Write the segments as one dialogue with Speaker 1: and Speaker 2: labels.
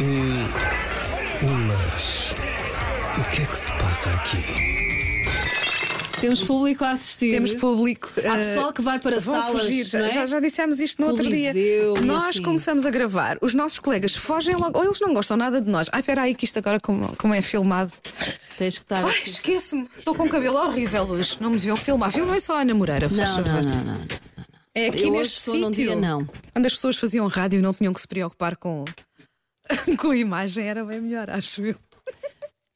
Speaker 1: Hum, mas o que é que se passa aqui?
Speaker 2: Temos público a assistir.
Speaker 3: Temos público.
Speaker 2: Há
Speaker 3: eh,
Speaker 2: pessoal que vai para
Speaker 3: vão
Speaker 2: salas.
Speaker 3: fugir.
Speaker 2: não é?
Speaker 3: já, já dissemos isto no outro dia.
Speaker 2: Coliseu e
Speaker 3: Nós
Speaker 2: assim.
Speaker 3: começamos a gravar, os nossos colegas fogem logo, ou eles não gostam nada de nós. Ai, espera aí, que isto agora, como, como é filmado.
Speaker 2: Tens que estar.
Speaker 3: Ai,
Speaker 2: assim.
Speaker 3: esqueço-me. Estou com um cabelo horrível hoje. Não me deviam filmar. Filmem só a Ana Moreira, faz
Speaker 2: Não,
Speaker 3: favor.
Speaker 2: não, não, não.
Speaker 3: É aqui
Speaker 2: Eu hoje
Speaker 3: neste
Speaker 2: estou
Speaker 3: sítio.
Speaker 2: num dia não.
Speaker 3: Quando as pessoas faziam rádio e não tinham que se preocupar com, com a imagem, era bem melhor, acho eu.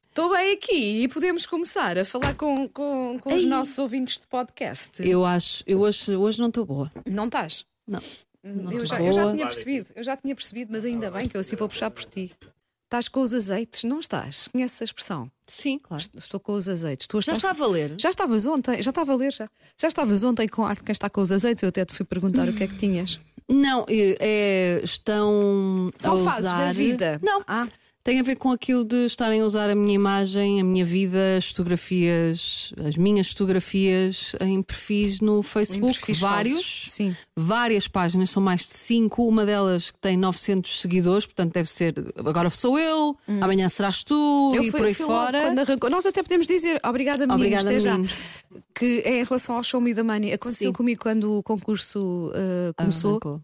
Speaker 3: Estou bem aqui e podemos começar a falar com, com, com os
Speaker 2: Ei.
Speaker 3: nossos ouvintes de podcast.
Speaker 2: Eu acho, eu hoje, hoje não estou boa.
Speaker 3: Não estás?
Speaker 2: Não.
Speaker 3: Eu
Speaker 2: tô
Speaker 3: já, eu já
Speaker 2: boa.
Speaker 3: tinha percebido, eu já tinha percebido, mas ainda bem que eu assim vou puxar por ti. Estás com os azeites, não estás? Conheces a expressão?
Speaker 2: Sim, claro.
Speaker 3: Estou com os azeites. Tu
Speaker 2: Já
Speaker 3: estás-
Speaker 2: está a valer.
Speaker 3: Já estavas ontem, já estava a ler, já. Já estavas ontem com a arte de quem está com os azeites, eu até te fui perguntar o que é que tinhas.
Speaker 2: Não, eh, é, estão
Speaker 3: São
Speaker 2: a
Speaker 3: fases da
Speaker 2: usar...
Speaker 3: vida.
Speaker 2: Não,
Speaker 3: Ah.
Speaker 2: tem a ver com aquilo de estarem a usar a minha imagem, a minha vida, as fotografias, as minhas fotografias em perfis no Facebook,
Speaker 3: perfis
Speaker 2: vários.
Speaker 3: falsos. Sim.
Speaker 2: Várias páginas, são mais de cinco. Uma delas que tem 900 seguidores, portanto deve ser agora sou eu,
Speaker 3: Hum.
Speaker 2: amanhã serás tu e por aí
Speaker 3: logo
Speaker 2: fora.
Speaker 3: quando arrancou. Nós até podemos dizer obrigada, meninos,
Speaker 2: Obrigada,
Speaker 3: até já.
Speaker 2: meninos.
Speaker 3: Que é em relação ao Show Me the Money. Aconteceu
Speaker 2: Sim. Ah,
Speaker 3: comigo quando o concurso uh, começou.
Speaker 2: Arrancou.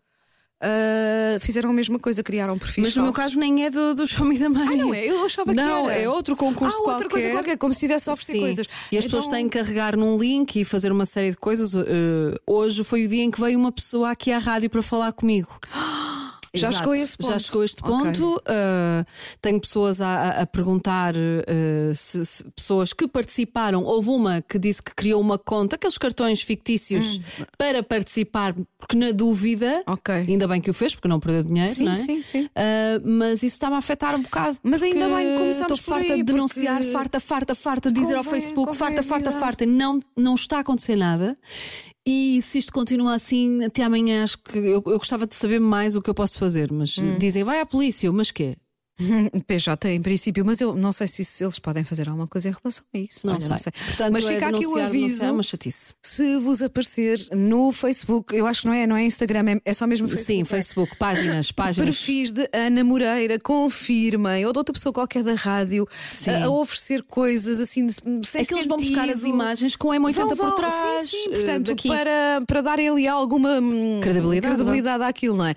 Speaker 3: Uh, fizeram a mesma coisa, criaram um perfis.
Speaker 2: Mas no meu
Speaker 3: falsos.
Speaker 2: caso nem é do, do Show Me the Money.
Speaker 3: Ah, não é? Eu achava que
Speaker 2: Não,
Speaker 3: era.
Speaker 2: é outro concurso
Speaker 3: ah, outra coisa
Speaker 2: qualquer.
Speaker 3: qualquer, como se estivesse a oferecer
Speaker 2: Sim.
Speaker 3: coisas.
Speaker 2: E as pessoas
Speaker 3: Então,
Speaker 2: têm que carregar num link e fazer uma série de coisas. Eh, hoje foi o dia em que veio uma pessoa aqui à rádio para falar comigo.
Speaker 3: Já
Speaker 2: Exato.
Speaker 3: chegou a esse ponto.
Speaker 2: Já chegou a este
Speaker 3: Ok.
Speaker 2: ponto. Eh, tenho pessoas a, a- a perguntar eh, se, se- pessoas que participaram. Houve uma que disse que criou uma conta, aqueles cartões fictícios, para participar, porque na dúvida,
Speaker 3: Hum. Ok.
Speaker 2: ainda bem que o fez, porque não perdeu dinheiro,
Speaker 3: Sim,
Speaker 2: não é?
Speaker 3: sim, sim.
Speaker 2: Eh, mas isso está-me a afetar um bocado.
Speaker 3: Mas ainda
Speaker 2: porque
Speaker 3: bem que começámos
Speaker 2: Estou
Speaker 3: por
Speaker 2: farta
Speaker 3: aí,
Speaker 2: de denunciar,
Speaker 3: porque-
Speaker 2: farta, farta, farta de dizer ao
Speaker 3: Convém,
Speaker 2: Facebook,
Speaker 3: convém
Speaker 2: farta, farta,
Speaker 3: avisar.
Speaker 2: farta, não, não está a acontecer nada. E se isto continua assim, até amanhã acho que eu, eu gostava de saber mais o que eu posso fazer, mas
Speaker 3: Hum.
Speaker 2: dizem, vai à polícia, mas quê?
Speaker 3: PJ em princípio, mas eu não sei se isso- eles podem fazer alguma coisa em relação a isso.
Speaker 2: Não,
Speaker 3: Olha,
Speaker 2: sei. Portanto,
Speaker 3: mas
Speaker 2: é
Speaker 3: fica aqui o
Speaker 2: denunciar,
Speaker 3: aviso.
Speaker 2: denunciar, É uma chatice.
Speaker 3: Se vos aparecer no Facebook, eu acho que não é, não é Instagram, é, é só mesmo Facebook.
Speaker 2: Sim,
Speaker 3: é?
Speaker 2: Facebook, páginas, páginas.
Speaker 3: Perfis de Ana Moreira, confirmem, ou de outra pessoa qualquer da rádio,
Speaker 2: Sim.
Speaker 3: a, a oferecer coisas assim, de- sem
Speaker 2: É que eles vão
Speaker 3: sentido.
Speaker 2: buscar as imagens com M80
Speaker 3: Vão, vão,
Speaker 2: por trás.
Speaker 3: Sim, sim,
Speaker 2: eh,
Speaker 3: portanto,
Speaker 2: daqui.
Speaker 3: para, para darem ali alguma hum,
Speaker 2: Credibilidade,
Speaker 3: credibilidade àquilo, não é?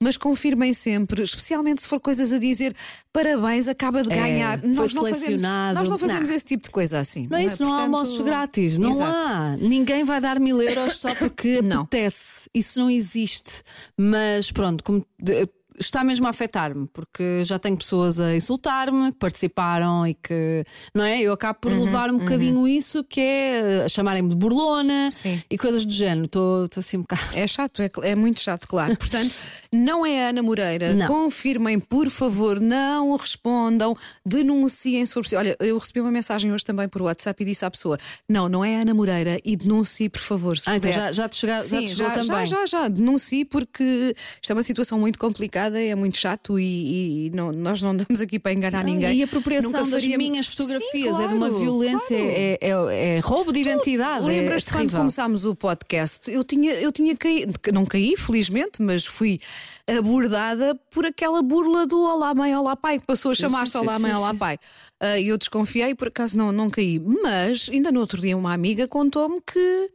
Speaker 3: Mas confirmem sempre, especialmente se for coisas a dizer parabéns, acaba de
Speaker 2: É,
Speaker 3: ganhar.
Speaker 2: foi
Speaker 3: nós, não fazemos,
Speaker 2: selecionado.
Speaker 3: nós não fazemos
Speaker 2: Não. é?
Speaker 3: esse tipo de coisa assim.
Speaker 2: Não é isso, não há
Speaker 3: Portanto,
Speaker 2: almoços grátis, não
Speaker 3: exato.
Speaker 2: há. Ninguém vai dar mil euros só porque
Speaker 3: Não.
Speaker 2: apetece. Isso não existe. Mas pronto, como de- está mesmo a afetar-me, porque já tenho pessoas a insultar-me, que participaram e que, não é? Eu acabo
Speaker 3: Uhum,
Speaker 2: por levar um bocadinho isso, que é eh, a chamarem-me de burlona
Speaker 3: Sim.
Speaker 2: e coisas do género. Estou estou assim um bocado.
Speaker 3: É chato, é, cl- é muito chato, claro. Portanto, não é a Ana Moreira.
Speaker 2: Não.
Speaker 3: Confirmem, por favor, não respondam, denunciem sobre si. Olha, eu recebi uma mensagem hoje também por WhatsApp e disse à pessoa: não, não é a Ana Moreira e denuncie, por favor. Se
Speaker 2: Ah, então
Speaker 3: puder.
Speaker 2: já, já te chega, já
Speaker 3: É. Sim,
Speaker 2: te chegou também.
Speaker 3: Já, já, já, denuncie porque isto é uma situação muito complicada, é muito chato e, e não- nós não damos aqui para enganar ninguém.
Speaker 2: E a apropriação
Speaker 3: Nunca
Speaker 2: das
Speaker 3: faríamos-
Speaker 2: minhas
Speaker 3: Sim,
Speaker 2: fotografias é de uma
Speaker 3: claro,
Speaker 2: violência,
Speaker 3: claro.
Speaker 2: é, é- é roubo de identidade. é-
Speaker 3: Lembras-te
Speaker 2: é
Speaker 3: quando
Speaker 2: terrível.
Speaker 3: começámos o podcast? Eu tinha, eu tinha caído, não caí, felizmente, mas fui abordada por aquela burla do Olá Mãe, Olá Pai, que passou a
Speaker 2: Sim,
Speaker 3: chamar-se
Speaker 2: sim,
Speaker 3: Olá
Speaker 2: sim,
Speaker 3: Mãe,
Speaker 2: sim,
Speaker 3: Olá
Speaker 2: sim.
Speaker 3: Pai. Ah, E eu desconfiei, por acaso não, não caí. Mas ainda no outro dia, uma amiga contou-me que.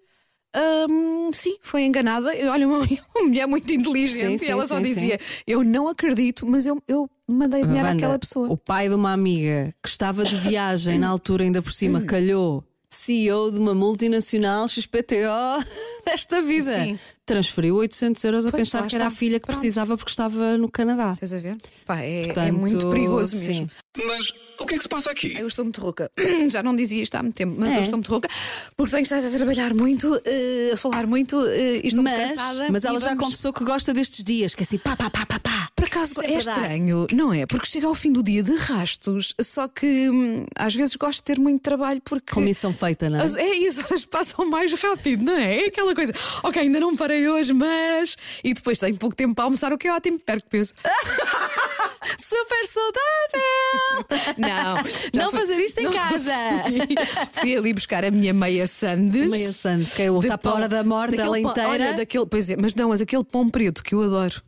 Speaker 3: ahm, sim, foi enganada. Eu, Olha, uma, uma mulher muito inteligente
Speaker 2: Sim,
Speaker 3: e ela
Speaker 2: sim,
Speaker 3: só
Speaker 2: sim,
Speaker 3: dizia: Eu não acredito, mas eu, eu mandei dinheiro
Speaker 2: Wanda,
Speaker 3: àquela pessoa.
Speaker 2: O pai de uma amiga que estava de viagem na altura, ainda por cima, calhou CEO de uma multinacional XPTO desta vida.
Speaker 3: Sim.
Speaker 2: Transferiu 800 euros a
Speaker 3: Pois,
Speaker 2: pensar
Speaker 3: lá
Speaker 2: que era a
Speaker 3: está.
Speaker 2: filha que
Speaker 3: Pronto.
Speaker 2: precisava porque estava no Canadá.
Speaker 3: Estás a ver? Pá, é, é
Speaker 2: Portanto,
Speaker 3: muito perigoso
Speaker 2: sim.
Speaker 3: mesmo.
Speaker 1: Mas o que é que se passa aqui?
Speaker 3: Eu estou muito rouca. Já não dizia isto há muito tempo, mas
Speaker 2: É.
Speaker 3: eu estou muito rouca porque tenho estado a trabalhar muito, eh, a falar muito eh, e estou muito
Speaker 2: Mas,
Speaker 3: cansada.
Speaker 2: mas
Speaker 3: e
Speaker 2: ela já
Speaker 3: vamos-
Speaker 2: confessou que gosta destes dias, que é assim pá, pá, pá, pá, pá.
Speaker 3: Por acaso é
Speaker 2: Sempre dá.
Speaker 3: estranho, não é? Porque chega ao fim do dia de rastos, só que hum, às vezes gosto de ter muito trabalho porque.
Speaker 2: Com missão feita, não é?
Speaker 3: As- é, e as horas passam mais rápido, não é? É aquela coisa. Ok, ainda não parei hoje, mas. E depois tenho pouco tempo para almoçar, o que é ótimo, perco peso.
Speaker 2: Super saudável!
Speaker 3: Não, já
Speaker 2: Não
Speaker 3: fui-
Speaker 2: fazer isto em
Speaker 3: não-
Speaker 2: casa.
Speaker 3: Fui ali buscar a minha meia sandes.
Speaker 2: Meia sandes, que é o tapa hora da morte, ela
Speaker 3: daquele pão-
Speaker 2: inteira.
Speaker 3: Olha, daquele, pois é, mas não, mas aquele pão preto que eu adoro.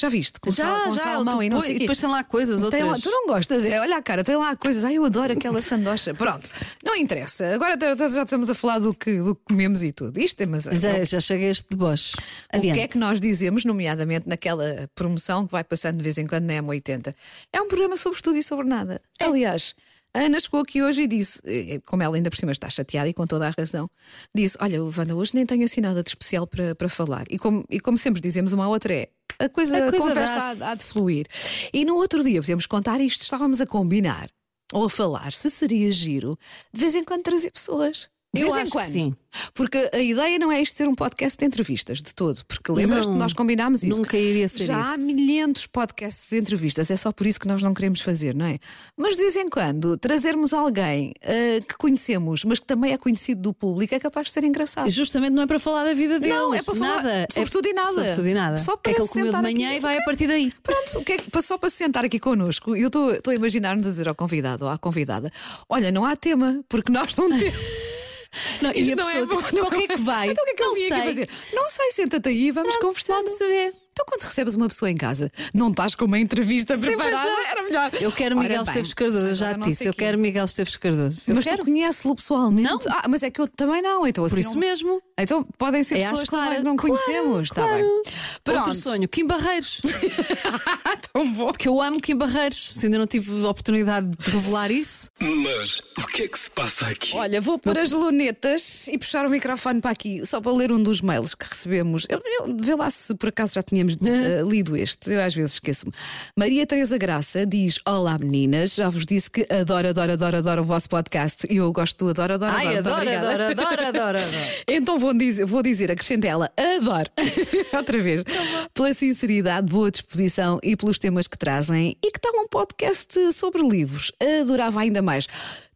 Speaker 3: Já viste? Com sal,
Speaker 2: Já,
Speaker 3: com
Speaker 2: já,
Speaker 3: salmão
Speaker 2: depois,
Speaker 3: e não sei
Speaker 2: e
Speaker 3: quê.
Speaker 2: depois tem lá coisas
Speaker 3: Tem
Speaker 2: outras.
Speaker 3: lá- tu não gostas, é, olha a cara, tem lá coisas. Ai, eu adoro aquela sandocha. Pronto, não interessa. Agora t- t- já estamos a falar do que, do que comemos e tudo. Isto é, mas
Speaker 2: Já, já cheguei a este deboche.
Speaker 3: o
Speaker 2: Adiante.
Speaker 3: que é que nós dizemos, nomeadamente naquela promoção que vai passando de vez em quando na M80? É um programa sobre tudo e sobre nada.
Speaker 2: É.
Speaker 3: Aliás, a Ana chegou aqui hoje e disse, eh, como ela ainda por cima está chateada e com toda a razão, disse: Olha, Wanda, hoje nem tenho assim nada de especial para, para falar. E como, e como sempre dizemos, uma à outra é. A coisa,
Speaker 2: A
Speaker 3: a
Speaker 2: coisa
Speaker 3: conversa
Speaker 2: dá-se.
Speaker 3: há, há de fluir. E no outro dia podemos contar isto, estávamos a combinar ou a falar se seria giro de vez em quando trazer pessoas. De
Speaker 2: Eu
Speaker 3: vez em
Speaker 2: acho que
Speaker 3: quando.
Speaker 2: sim.
Speaker 3: Porque a ideia não é isto ser um podcast de entrevistas de todo, porque lembras-te
Speaker 2: Não,
Speaker 3: nós combinámos isso.
Speaker 2: nunca iria ser
Speaker 3: Já há
Speaker 2: isso.
Speaker 3: milhentos podcasts de entrevistas, é só por isso que nós não queremos fazer, não é? Mas de vez em quando, trazermos alguém ah, que conhecemos, mas que também é conhecido do público, é capaz de ser engraçado.
Speaker 2: Justamente não é para falar da vida deles.
Speaker 3: Não, é para falar
Speaker 2: nada.
Speaker 3: sobretudo
Speaker 2: é,
Speaker 3: em nada.
Speaker 2: Sobretudo em nada.
Speaker 3: Só
Speaker 2: O que é que
Speaker 3: para
Speaker 2: ele comeu de
Speaker 3: sentar
Speaker 2: manhã
Speaker 3: aqui.
Speaker 2: e vai a partir daí.
Speaker 3: Pronto, o que é que- só para se sentar aqui connosco, eu estou estou a imaginar-nos a dizer ao convidado ou à convidada: olha, não há tema, porque nós não temos.
Speaker 2: Não, e
Speaker 3: Isto
Speaker 2: a
Speaker 3: não
Speaker 2: pessoa
Speaker 3: é bom,
Speaker 2: tipo,
Speaker 3: não
Speaker 2: para o que é que vai?
Speaker 3: Então o que é que eu
Speaker 2: Não
Speaker 3: vim aqui
Speaker 2: sei.
Speaker 3: fazer? Não sei, senta-te aí, vamos conversando.
Speaker 2: pode saber.
Speaker 3: Então quando recebes uma pessoa em casa, não estás com uma entrevista preparada?
Speaker 2: não.
Speaker 3: Era melhor.
Speaker 2: Eu quero
Speaker 3: Ora
Speaker 2: Miguel
Speaker 3: bem,
Speaker 2: Esteves Cardoso, eu já
Speaker 3: agora
Speaker 2: te
Speaker 3: não
Speaker 2: disse.
Speaker 3: sei
Speaker 2: Eu
Speaker 3: quem.
Speaker 2: quero Miguel Esteves Cardoso. Eu
Speaker 3: Mas tipo,
Speaker 2: quero.
Speaker 3: tu conhece-lo pessoalmente?
Speaker 2: Não.
Speaker 3: Ah, mas é que eu também não. Então, assim,
Speaker 2: Por isso
Speaker 3: não-
Speaker 2: mesmo.
Speaker 3: Então podem ser
Speaker 2: É às
Speaker 3: pessoas também
Speaker 2: claras.
Speaker 3: que não
Speaker 2: Claro,
Speaker 3: conhecemos. Está
Speaker 2: claro.
Speaker 3: bem.
Speaker 2: Outro sonho, Kim Barreiros.
Speaker 3: Tão bom.
Speaker 2: Porque eu amo Kim Barreiros. Se ainda não tive a oportunidade de revelar isso,
Speaker 1: Mas o que é que se passa aqui?
Speaker 3: Olha, vou pôr as lunetas e puxar o microfone para aqui, só para ler um dos mails que recebemos. Eu, eu- vê lá se por acaso já tínhamos eh, lido este, eu às vezes esqueço-me. Maria Teresa Graça diz: Olá meninas, já vos disse que adoro, adoro, adoro, adoro o vosso podcast. E eu gosto do adoro, adoro,
Speaker 2: Ai,
Speaker 3: adoro. Muito
Speaker 2: adoro,
Speaker 3: obrigada.
Speaker 2: adoro, adoro, adoro, adoro.
Speaker 3: Então vou dizer, vou dizer acrescente ela, adoro. Outra vez.
Speaker 2: Tá
Speaker 3: Pela sinceridade, boa disposição e pelos temas que trazem. E que tal um podcast sobre livros? Adorava ainda mais.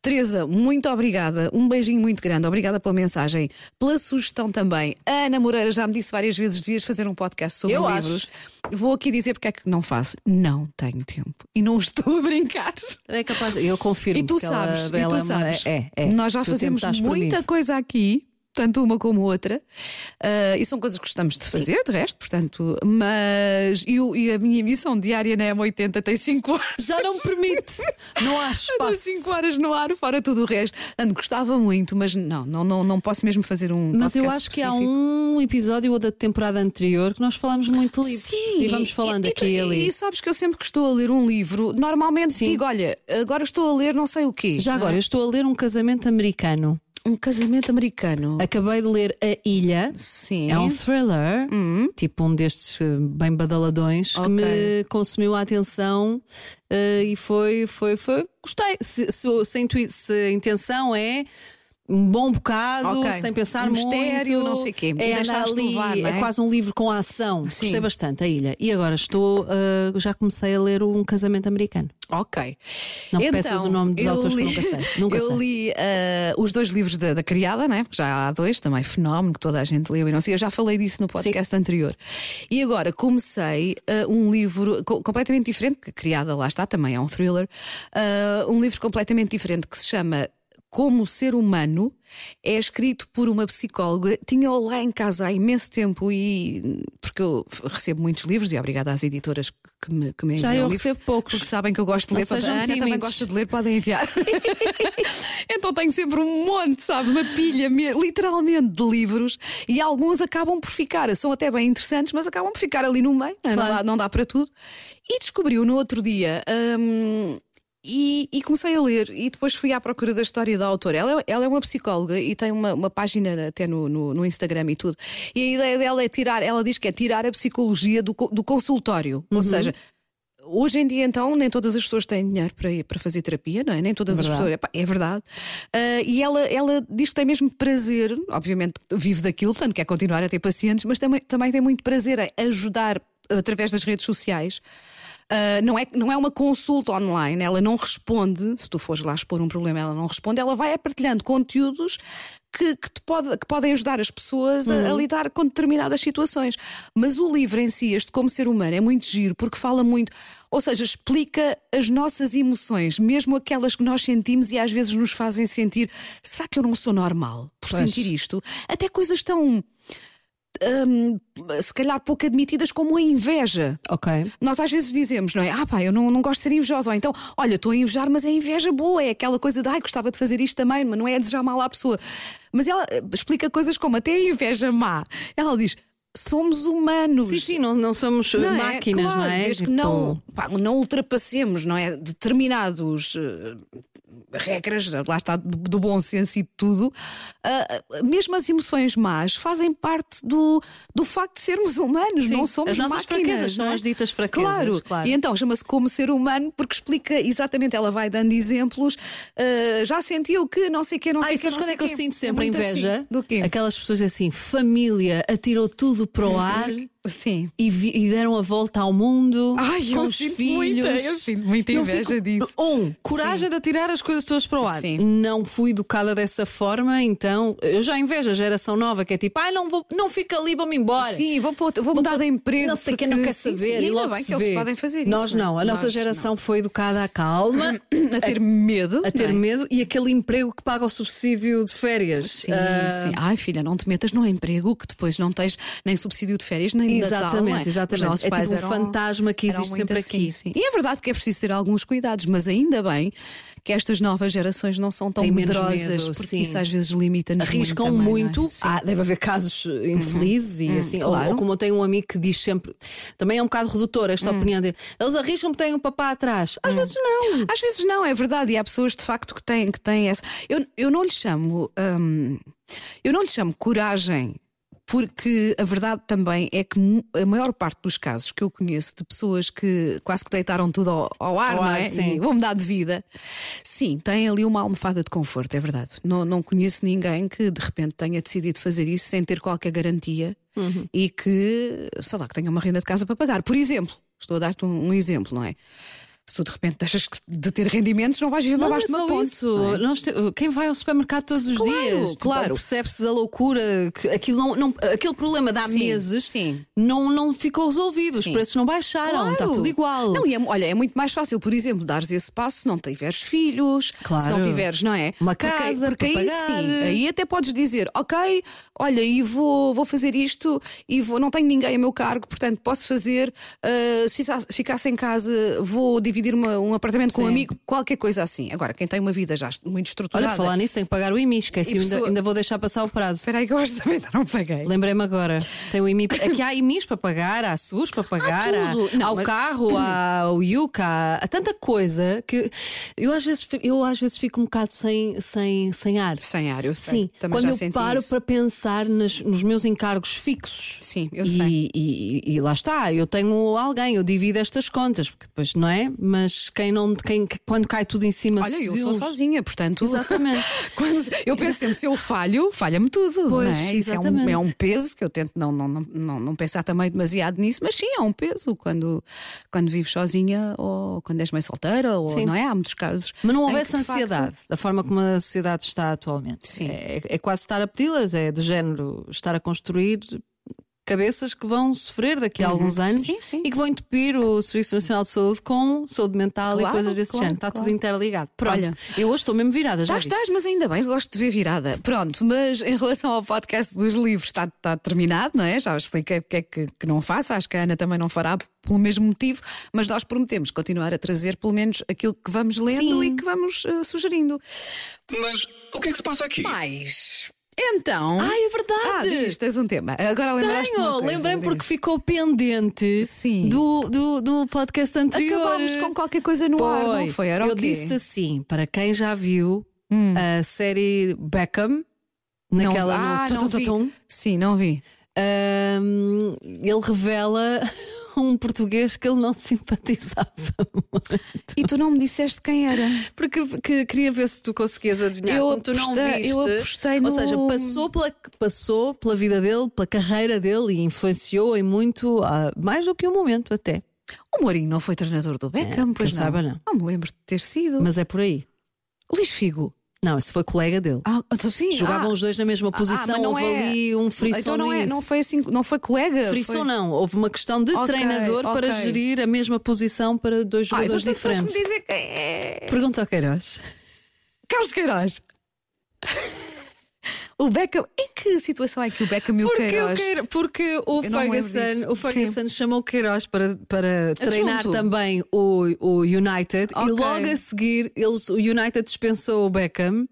Speaker 3: Teresa, muito obrigada. Um beijinho muito grande. Obrigada pela mensagem, pela sugestão também. Ana Moreira já me disse várias vezes: devias fazer um podcast sobre
Speaker 2: Eu acho.
Speaker 3: livros. Vou aqui dizer porque é que não faço. Não tenho tempo. E não estou a brincar.
Speaker 2: É capaz, eu confirmo.
Speaker 3: E tu
Speaker 2: que ela-
Speaker 3: sabes,
Speaker 2: ela
Speaker 3: e
Speaker 2: é
Speaker 3: tu
Speaker 2: uma-
Speaker 3: sabes.
Speaker 2: é, é.
Speaker 3: Nós já
Speaker 2: Tu
Speaker 3: fazemos
Speaker 2: tentaste por
Speaker 3: muita
Speaker 2: mim.
Speaker 3: coisa aqui, tanto uma como outra, ah, e são coisas que gostamos de fazer, de resto, portanto, mas eu, e a minha emissão diária na M80 tem 5 horas.
Speaker 2: Já não permite. Não há
Speaker 3: Estou
Speaker 2: espaço.
Speaker 3: 5 horas no ar, fora tudo o resto. Portanto, gostava muito, mas não, não, não, não posso mesmo fazer um.
Speaker 2: Mas eu
Speaker 3: podcast
Speaker 2: acho que há
Speaker 3: específico.
Speaker 2: um episódio ou da temporada anterior que nós falamos muito de livros.
Speaker 3: Sim,
Speaker 2: e vamos falando
Speaker 3: e- e-
Speaker 2: aqui e ali.
Speaker 3: E sabes que eu sempre que estou a ler um livro, normalmente digo: olha, agora estou a ler não é? sei o quê.
Speaker 2: Já agora, eu estou a ler um casamento americano.
Speaker 3: Um casamento americano.
Speaker 2: Acabei de ler A Ilha.
Speaker 3: Sim. Uhum.
Speaker 2: É um thriller, tipo um destes eh, bem badaladões, que me consumiu a atenção eh, e foi, foi, foi. Gostei. Se, se- se a intui- se a intenção é um bom bocado,
Speaker 3: Ok.
Speaker 2: sem pensar
Speaker 3: Um mistério,
Speaker 2: muito.
Speaker 3: não sei quê. E
Speaker 2: É, andar
Speaker 3: deixaste
Speaker 2: ali,
Speaker 3: levar, não
Speaker 2: é?
Speaker 3: é?
Speaker 2: quase um livro com ação.
Speaker 3: Sim.
Speaker 2: Gostei bastante, A Ilha. E agora estou, eh, já comecei a ler Um Casamento Americano.
Speaker 3: Ok. Então,
Speaker 2: Não peças o nome dos
Speaker 3: eu
Speaker 2: autores que nunca sei. Nunca
Speaker 3: eu
Speaker 2: sei.
Speaker 3: li eh, os dois livros da, da criada, né? Porque já há dois, também fenómeno que toda a gente leu e não sei. Eu já falei disso no podcast anterior. E agora comecei eh, um livro co- completamente diferente, que a criada lá está, também é um thriller. eh, um livro completamente diferente que se chama. Como ser humano é escrito por uma psicóloga. Tinha-o lá em casa há imenso tempo e porque eu f- recebo muitos livros e obrigada às editoras que- que me, que me
Speaker 2: Já
Speaker 3: enviam
Speaker 2: eu
Speaker 3: livros,
Speaker 2: recebo poucos.
Speaker 3: Porque sabem que eu gosto de
Speaker 2: Não
Speaker 3: ler, portanto,
Speaker 2: sejam
Speaker 3: a Ana também
Speaker 2: tímidos.
Speaker 3: gosta de ler, podem enviar. então tenho sempre um monte, sabe? Uma pilha, me- literalmente, de livros e alguns acabam por ficar, são até bem interessantes, mas acabam por ficar ali no meio, não dá- não,
Speaker 2: Claro.
Speaker 3: dá, para tudo. E descobriu no outro dia. hum, e, e comecei a ler e depois fui à procura da história da autora. Ela, é- ela é uma psicóloga e tem uma, uma página até no, no- no Instagram e tudo. E a ideia dela é tirar, ela diz que é tirar a psicologia do, co- do consultório. Ou seja, Hoje em dia, então, nem todas as pessoas têm dinheiro para, ir- para fazer terapia, não é? Nem todas as
Speaker 2: Verdade.
Speaker 3: pessoas. Epá, é verdade. Ah, e ela, ela diz que tem mesmo prazer, obviamente vive daquilo, portanto, quer continuar a ter pacientes, mas também, também tem muito prazer em ajudar através das redes sociais. Ah, não, é, não é uma consulta online, ela não responde. Se tu fores lá expor um problema, ela não responde, ela vai é partilhando conteúdos que, que te pode- que podem ajudar as pessoas a- a, lidar com determinadas situações. Mas o livro em si, este Como Ser Humano, é muito giro porque fala muito, ou seja, explica as nossas emoções, mesmo aquelas que nós sentimos e às vezes nos fazem sentir: será que eu não sou normal por
Speaker 2: Pois.
Speaker 3: sentir isto? Até coisas tão hum, se calhar pouco admitidas como a inveja.
Speaker 2: Ok.
Speaker 3: Nós às vezes dizemos, não é? Ah, pá, eu não, não gosto de ser invejosa. Ou então, olha, estou a invejar, mas é inveja boa. É aquela coisa de, ai, gostava de fazer isto também, mas não é a desejar mal à pessoa. Mas ela eh, explica coisas como até a inveja má. Ela diz, somos humanos.
Speaker 2: Sim, sim, não, não somos uh,
Speaker 3: Não é?
Speaker 2: máquinas,
Speaker 3: Claro,
Speaker 2: não é?
Speaker 3: Desde que
Speaker 2: Tipo,
Speaker 3: não, pá, não ultrapassemos não é? determinados eh, regras, lá está, do, do bom senso e de tudo, ah, ah, mesmo as emoções más fazem parte do, do facto de sermos humanos,
Speaker 2: Sim,
Speaker 3: não somos
Speaker 2: as nossas
Speaker 3: máquinas,
Speaker 2: fraquezas são
Speaker 3: não é?
Speaker 2: as ditas fraquezas, claro.
Speaker 3: E então chama-se como ser humano porque explica exatamente, ela vai dando exemplos, ah, já sentiu que não sei o que, não sei
Speaker 2: Ai,
Speaker 3: o que.
Speaker 2: sabes quando é que eu sinto sempre a inveja?
Speaker 3: Do quê?
Speaker 2: Aquelas pessoas assim, família atirou tudo para o ar
Speaker 3: Sim.
Speaker 2: e, vi- e deram a volta ao mundo
Speaker 3: Ai,
Speaker 2: com
Speaker 3: eu
Speaker 2: os
Speaker 3: sinto
Speaker 2: filhos.
Speaker 3: muita- eu sinto muita
Speaker 2: Eu
Speaker 3: inveja
Speaker 2: fico,
Speaker 3: disso.
Speaker 2: Um, coragem de atirar as coisas todas para o ar.
Speaker 3: Sim.
Speaker 2: Não fui educada dessa forma, então eu já invejo a geração nova que é tipo, ai, não, vou, não fica ali, vou-me embora.
Speaker 3: Sim, vou, para outro- vou mudar de emprego.
Speaker 2: Não sei quem não
Speaker 3: porque-
Speaker 2: quer
Speaker 3: Sim,
Speaker 2: saber.
Speaker 3: sim,
Speaker 2: e
Speaker 3: ainda
Speaker 2: logo
Speaker 3: bem
Speaker 2: se
Speaker 3: que eles
Speaker 2: vê.
Speaker 3: podem fazer
Speaker 2: Nós
Speaker 3: isso. é? né?
Speaker 2: não, a nossa
Speaker 3: Nós
Speaker 2: geração foi educada à calma.
Speaker 3: não. A ter medo.
Speaker 2: A ter
Speaker 3: não é?
Speaker 2: medo e aquele emprego que paga o subsídio de férias.
Speaker 3: Sim,
Speaker 2: Ah,
Speaker 3: sim. Ai, filha, não te metas num emprego que depois não tens nem subsídio de férias, nem de Natal. não é?
Speaker 2: Exatamente, exatamente.
Speaker 3: Os nossos
Speaker 2: É tipo
Speaker 3: pais
Speaker 2: um
Speaker 3: eram-
Speaker 2: fantasma que
Speaker 3: eram
Speaker 2: existe
Speaker 3: muito
Speaker 2: sempre
Speaker 3: assim,
Speaker 2: aqui.
Speaker 3: sim. E é verdade que é preciso ter alguns cuidados, mas ainda bem que estas novas gerações não são tão
Speaker 2: Têm menos
Speaker 3: medrosas,
Speaker 2: medo,
Speaker 3: porque
Speaker 2: sim.
Speaker 3: isso às vezes limita-nos
Speaker 2: arriscam
Speaker 3: muito. também,
Speaker 2: muito.
Speaker 3: não é? Sim. Uhum.
Speaker 2: Ah, deve haver casos infelizes e assim. ou- Ou,
Speaker 3: claro.
Speaker 2: como eu tenho um amigo que diz sempre, também é um bocado redutor esta
Speaker 3: Hum.
Speaker 2: opinião dele. Eles arriscam porque têm um papá atrás. Às vezes não.
Speaker 3: Às vezes Hum. não, é verdade. E há pessoas de facto que têm, que têm essa. Eu, eu não lhe chamo. hum, eu não lhe chamo coragem. Porque a verdade também é que mu- a maior parte dos casos que eu conheço de pessoas que quase que deitaram tudo ao, ao ar,
Speaker 2: Ao
Speaker 3: não
Speaker 2: ar,
Speaker 3: é?
Speaker 2: sim.
Speaker 3: E vão mudar de vida, sim, têm ali uma almofada de conforto, é verdade. Não, não conheço ninguém que de repente tenha decidido fazer isso sem ter qualquer garantia
Speaker 2: Uhum.
Speaker 3: e que, sei lá, que tenha uma renda de casa para pagar. Por exemplo, estou a dar-te um- um exemplo, não é? se tu de repente deixas de ter rendimentos, não vais viver
Speaker 2: Não, não é
Speaker 3: abaixo de uma
Speaker 2: só
Speaker 3: ponte.
Speaker 2: isso. Nós te- Quem vai ao supermercado todos os
Speaker 3: Claro,
Speaker 2: dias tipo,
Speaker 3: claro.
Speaker 2: percebe-se da loucura que aquilo não, não- aquele problema de há
Speaker 3: Sim,
Speaker 2: meses
Speaker 3: sim.
Speaker 2: Não, não ficou resolvido. Os
Speaker 3: Sim.
Speaker 2: preços não baixaram, está tudo igual.
Speaker 3: Não, e é, olha, é muito mais fácil, por exemplo, dares esse passo se não tiveres filhos,
Speaker 2: Claro.
Speaker 3: se não tiveres, não é?
Speaker 2: Uma
Speaker 3: Porque-
Speaker 2: casa
Speaker 3: porque,
Speaker 2: para
Speaker 3: aí
Speaker 2: pagar.
Speaker 3: sim, aí até podes dizer, ok, olha, e vou, vou fazer isto e vou, não tenho ninguém a meu cargo, portanto posso fazer. ah, se ficar- ficasse em casa, vou dividir uma- um apartamento com um
Speaker 2: Sim.
Speaker 3: amigo, qualquer coisa assim. Agora, quem tem uma vida já muito estruturada.
Speaker 2: Olha, falar nisso, tenho que pagar o IMI, esqueci,
Speaker 3: E
Speaker 2: ainda,
Speaker 3: pessoa-
Speaker 2: ainda vou deixar passar o prazo.
Speaker 3: Espera aí que eu acho que também ainda não paguei.
Speaker 2: Lembrei-me agora. Tem o IMI. É que há IMIs para pagar, há SUS para pagar, há,
Speaker 3: tudo. Não,
Speaker 2: ao
Speaker 3: mas-
Speaker 2: carro, ao IUCA, há, há tanta coisa que eu às vezes, fi- eu às vezes fico um bocado sem, sem, sem ar.
Speaker 3: Sem ar, eu sei.
Speaker 2: Sim,
Speaker 3: Também
Speaker 2: quando
Speaker 3: já
Speaker 2: eu
Speaker 3: senti
Speaker 2: paro
Speaker 3: isso.
Speaker 2: para pensar nas- nos meus encargos fixos.
Speaker 3: Sim, eu
Speaker 2: e,
Speaker 3: sei.
Speaker 2: E, e lá está, eu tenho alguém, eu divido estas contas, porque depois não é? Mas quem não, quem, quando cai tudo em cima,
Speaker 3: Olha, eu
Speaker 2: se
Speaker 3: sou
Speaker 2: uns-
Speaker 3: sozinha, portanto.
Speaker 2: Exatamente.
Speaker 3: Quando- eu penso sempre, se eu falho, falha-me tudo.
Speaker 2: Pois,
Speaker 3: não é? Isso é um,
Speaker 2: exatamente.
Speaker 3: é um peso que eu tento não, não, não, não, não pensar também demasiado nisso, mas sim, é um peso quando, quando vives sozinha ou quando és mãe solteira, ou não é? Há muitos casos.
Speaker 2: Mas não
Speaker 3: em
Speaker 2: houvesse
Speaker 3: que, de facto,
Speaker 2: ansiedade da forma como a sociedade está atualmente.
Speaker 3: Sim.
Speaker 2: É, é quase estar a pedi-las, é do género estar a construir cabeças que vão sofrer daqui a alguns anos
Speaker 3: Uhum. Sim, sim.
Speaker 2: e que vão entupir o Serviço Nacional de Saúde com saúde mental e
Speaker 3: Claro,
Speaker 2: coisas desse
Speaker 3: claro,
Speaker 2: género. Está
Speaker 3: claro.
Speaker 2: tudo interligado. Pronto.
Speaker 3: Olha.
Speaker 2: eu hoje estou mesmo virada, já.
Speaker 3: Já
Speaker 2: viste?
Speaker 3: estás, mas ainda bem, gosto de ver virada. Pronto, mas em relação ao podcast dos livros, está, está terminado, não é? Já expliquei porque é que, que não faço, acho que a Ana também não fará pelo mesmo motivo, mas nós prometemos continuar a trazer pelo menos aquilo que vamos lendo
Speaker 2: Sim.
Speaker 3: e que vamos eh, sugerindo.
Speaker 1: Mas o que é que se passa aqui?
Speaker 3: Mas então.
Speaker 2: Ai, é
Speaker 3: Ah,
Speaker 2: verdade!
Speaker 3: diz, tens um tema. Agora lembraste
Speaker 2: Tenho, lembrei-me porque ficou pendente
Speaker 3: Sim.
Speaker 2: do, do, do podcast anterior.
Speaker 3: Acabámos com qualquer coisa no ar, não foi? Era
Speaker 2: eu
Speaker 3: o quê? Hum.
Speaker 2: disse assim, para quem já viu a série Beckham,
Speaker 3: Não-
Speaker 2: naquela
Speaker 3: ah,
Speaker 2: no
Speaker 3: não vi.
Speaker 2: Tutututum,
Speaker 3: Sim, não vi.
Speaker 2: ahm, hum, ele revela um português que ele não simpatizava muito.
Speaker 3: E tu não me disseste quem era.
Speaker 2: Porque que- queria ver se tu conseguias adivinhar.
Speaker 3: Eu
Speaker 2: como tu não
Speaker 3: apostei-
Speaker 2: viste.
Speaker 3: eu apostei no-
Speaker 2: Ou seja, passou pela, passou pela vida dele, pela carreira dele e influenciou em muito, ah, mais do que um momento até.
Speaker 3: O Mourinho não foi treinador do Beckham,
Speaker 2: É,
Speaker 3: pois
Speaker 2: que eu
Speaker 3: não.
Speaker 2: saiba, não.
Speaker 3: me lembro de ter sido.
Speaker 2: Mas é por aí.
Speaker 3: O Luís Figo.
Speaker 2: Não, isso foi colega dele.
Speaker 3: Ah, então sim.
Speaker 2: Jogavam
Speaker 3: ah.
Speaker 2: os dois na mesma
Speaker 3: Ah,
Speaker 2: posição,
Speaker 3: mas não
Speaker 2: houve
Speaker 3: é-
Speaker 2: ali um frisson
Speaker 3: então não,
Speaker 2: no
Speaker 3: é,
Speaker 2: início.
Speaker 3: não foi assim, não foi colega.
Speaker 2: Frisson
Speaker 3: foi...
Speaker 2: não, houve uma questão de
Speaker 3: Ok,
Speaker 2: treinador para
Speaker 3: ok.
Speaker 2: gerir a mesma posição para dois
Speaker 3: Ah, então
Speaker 2: jogadores
Speaker 3: tens pessoas que me
Speaker 2: diferentes.
Speaker 3: dizem que é
Speaker 2: Pergunta ao Queiroz.
Speaker 3: Carlos Queiroz. O Beckham. Em que situação é que o Beckham e o
Speaker 2: Porque, o
Speaker 3: Queiroz?
Speaker 2: Queiro- porque o
Speaker 3: Eu não me lembro
Speaker 2: Ferguson,
Speaker 3: disso.
Speaker 2: o Ferguson chamou o Queiroz para, para treinar
Speaker 3: Adjunto.
Speaker 2: também o, o United e
Speaker 3: Ok.
Speaker 2: logo a seguir eles, o United dispensou o Beckham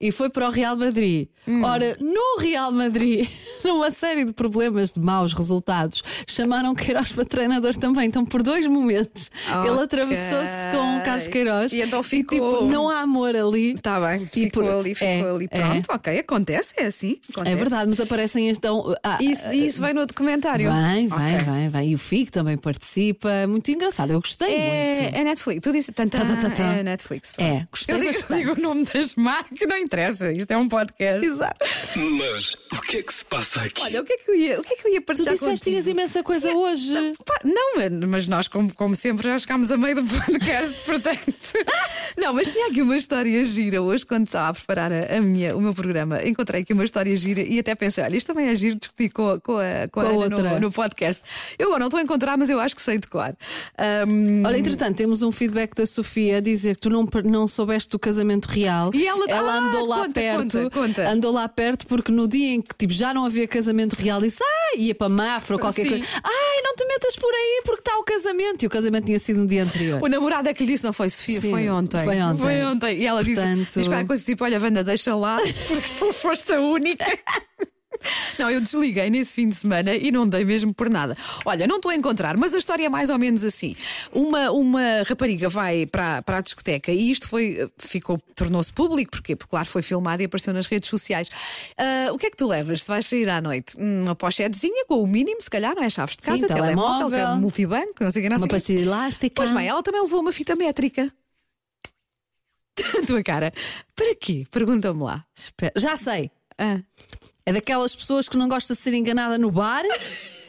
Speaker 2: e foi para o Real Madrid.
Speaker 3: Hum.
Speaker 2: Ora, no Real Madrid, numa série de problemas de maus resultados, chamaram Queiroz para treinador também. Então, por dois momentos, ele
Speaker 3: Ok.
Speaker 2: atravessou-se com o Carlos Queiroz
Speaker 3: E então ficou-
Speaker 2: tipo, não há amor ali.
Speaker 3: Está bem, ficou
Speaker 2: por-
Speaker 3: ali, ficou
Speaker 2: é,
Speaker 3: ali.
Speaker 2: é.
Speaker 3: Pronto, ok, acontece, é assim.
Speaker 2: É
Speaker 3: acontece.
Speaker 2: verdade, mas aparecem então. ah,
Speaker 3: Isso, isso vai no documentário.
Speaker 2: Vem, vem,
Speaker 3: Ok.
Speaker 2: vem, vem. E o Figo também participa. Muito engraçado. Eu gostei muito.
Speaker 3: É, é Netflix. Tu disse tanta,
Speaker 2: Tá, tá, tá, tá.
Speaker 3: É Netflix. pronto.
Speaker 2: É, gostei
Speaker 3: Eu digo,
Speaker 2: bastante.
Speaker 3: digo o nome das marcas, não interessa. Isto é um podcast. Exato.
Speaker 1: Mas o que é que se passa aqui?
Speaker 3: Olha, o que é que eu ia, o que é que eu ia
Speaker 2: Tu
Speaker 3: partilhar
Speaker 2: disseste que
Speaker 3: contigo?
Speaker 2: tinhas imensa
Speaker 3: É.
Speaker 2: coisa hoje.
Speaker 3: Pá, não, é, mas nós, como, como sempre, já chegámos a meio do podcast, portanto. não, mas tinha aqui uma história gira hoje, quando estava a preparar a, a minha, o meu programa. Encontrei aqui uma história gira e até pensei: olha, isto também é giro discutir com, a- com a, com a
Speaker 2: Com a
Speaker 3: Ana
Speaker 2: outra.
Speaker 3: No, no podcast. Eu agora não estou a encontrar, mas eu acho que sei de cor. Ahm,
Speaker 2: Olha, entretanto, temos um feedback da Sofia a dizer que tu não, per- não soubeste do casamento real.
Speaker 3: E ela- Ah,
Speaker 2: andou lá
Speaker 3: conta,
Speaker 2: perto.
Speaker 3: conta, conta.
Speaker 2: Andou lá perto porque no dia em que tipo, já não havia casamento real, disse: Ah, ia para Mafra ou qualquer
Speaker 3: Sim.
Speaker 2: coisa. Ai, não te metas por aí porque está o casamento. E o casamento tinha sido no dia anterior.
Speaker 3: O namorado é que lhe disse, não foi Sofia,
Speaker 2: Sim,
Speaker 3: foi ontem.
Speaker 2: foi ontem.
Speaker 3: Foi ontem. E ela
Speaker 2: Portanto-
Speaker 3: disse, diz qualquer coisa tipo: olha, Wanda, deixa lá, porque tu foste a única. Não, eu desliguei nesse fim de semana e não dei mesmo por nada. Olha, não estou a encontrar, mas a história é mais ou menos assim. Uma, uma rapariga vai para, para a discoteca e isto foi, ficou, tornou-se público, porquê? Porque claro foi filmado e apareceu nas redes sociais. Ah, o que é que tu levas se vais sair à noite? Hum, Uma pochetezinha com o mínimo, se calhar, não é chaves de
Speaker 2: Sim,
Speaker 3: casa, telemóvel, é
Speaker 2: telemóvel.
Speaker 3: multibanco, não sei o que, não
Speaker 2: Uma
Speaker 3: sei o quê.
Speaker 2: pastilha elástica.
Speaker 3: Pois bem, ela também levou uma fita métrica. A tua cara. Para quê? Pergunta-me lá.
Speaker 2: Espera- Já sei.
Speaker 3: Ah,
Speaker 2: É daquelas pessoas que não gosta de ser enganada no bar,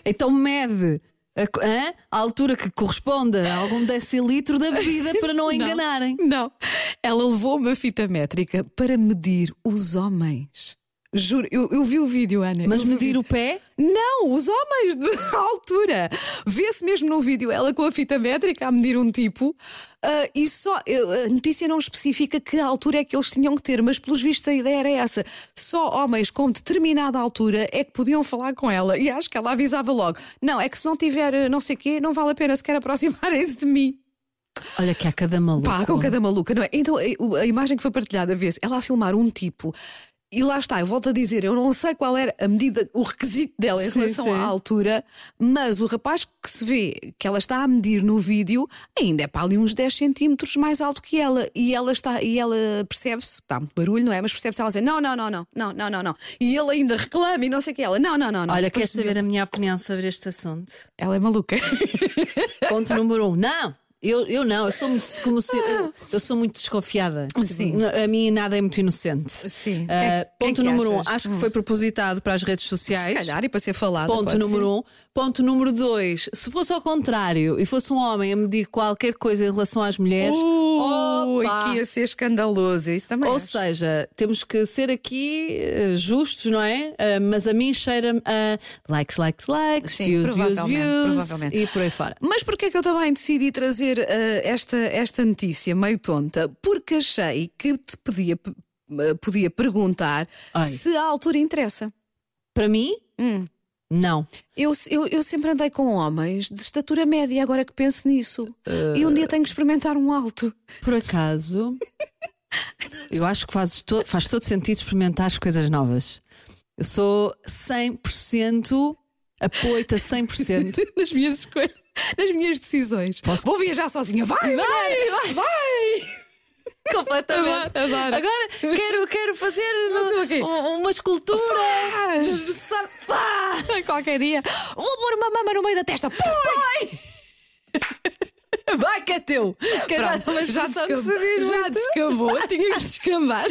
Speaker 2: então mede a, co- hã? a altura que corresponda a algum decilitro da bebida para não a enganarem.
Speaker 3: Não. Ela levou uma fita métrica para medir os homens. Juro, eu, eu vi o vídeo, Ana.
Speaker 2: Mas
Speaker 3: Eu vi
Speaker 2: medir o pé,
Speaker 3: Não, os homens da altura. Vê-se mesmo no vídeo ela com a fita métrica a medir um tipo ah, e só. eh, a notícia não especifica que altura é que eles tinham que ter, mas pelos vistos a ideia era essa. Só homens com determinada altura é que podiam falar com ela e acho que ela avisava logo. Não, é que se não tiver eh, não sei o quê, não vale a pena sequer aproximarem-se de mim.
Speaker 2: olha que há cada maluco.
Speaker 3: Pá, com cada maluca, não é? Então a- o- a imagem que foi partilhada vê-se ela a filmar um tipo. E lá está, eu volto a dizer, eu não sei qual era a medida, o requisito dela em
Speaker 2: Sim,
Speaker 3: relação
Speaker 2: sim.
Speaker 3: à altura, mas o rapaz que se vê que ela está a medir no vídeo ainda é para ali uns 10 centímetros mais alto que ela. E ela está, e ela percebe-se, está muito barulho, não é? Mas percebe-se ela dizer, não, não, não, não, não, não, não, não. E ele ainda reclama e não sei o que é ela, não, não, não, não.
Speaker 2: Olha,
Speaker 3: Depois
Speaker 2: queres saber a minha opinião sobre este assunto?
Speaker 3: Ela é maluca.
Speaker 2: Ponto número um. Não! Eu, eu não, eu sou muito como se- eu, eu sou muito desconfiada.
Speaker 3: Sim.
Speaker 2: Tipo, A mim nada é muito inocente.
Speaker 3: Sim.
Speaker 2: Ah,
Speaker 3: Quem- quem
Speaker 2: ponto
Speaker 3: que
Speaker 2: número
Speaker 3: achas? Hum.
Speaker 2: um, acho que foi propositado para as redes
Speaker 3: Se
Speaker 2: sociais.
Speaker 3: calhar, e para ser falada.
Speaker 2: Ponto
Speaker 3: pode
Speaker 2: número
Speaker 3: ser.
Speaker 2: um. Ponto número dois. Se fosse ao contrário e fosse um homem a medir qualquer coisa em relação às mulheres,
Speaker 3: Ui,
Speaker 2: opa!
Speaker 3: que ia ser escandaloso. Isso também.
Speaker 2: ou
Speaker 3: acho.
Speaker 2: seja, temos que ser aqui eh, justos, não é? Eh, mas a mim cheira-me a likes, likes, likes,
Speaker 3: Sim,
Speaker 2: views, views,
Speaker 3: provavelmente,
Speaker 2: views
Speaker 3: provavelmente.
Speaker 2: e por aí fora.
Speaker 3: Mas porquê é que eu também decidi trazer eh, esta, esta notícia meio tonta? Porque achei que te podia, p- eh, podia perguntar
Speaker 2: Ai.
Speaker 3: se a altura interessa.
Speaker 2: Para mim,
Speaker 3: Hum.
Speaker 2: não.
Speaker 3: Eu, se- eu, eu sempre andei com homens de estatura média, agora que penso nisso. E um dia tenho que experimentar um alto.
Speaker 2: Por acaso, eu acho que fazes to- faz todo sentido experimentar as coisas novas. Eu sou 100% apoio-te a 100%.
Speaker 3: nas minhas escolhas, nas minhas decisões. Vou viajar sozinha. Vai, vai, vai!
Speaker 2: Completamente.
Speaker 3: Adoro, adoro.
Speaker 2: Agora quero, quero fazer
Speaker 3: Não sei o quê.
Speaker 2: um- uma escultura.
Speaker 3: Faz! Qualquer dia. Vou pôr uma mama no meio da testa. Põe!
Speaker 2: Vai que é teu! Que agora é uma
Speaker 3: já
Speaker 2: expressão que se
Speaker 3: descambou,
Speaker 2: diz
Speaker 3: já
Speaker 2: muito.
Speaker 3: descambou, tinha que descambar.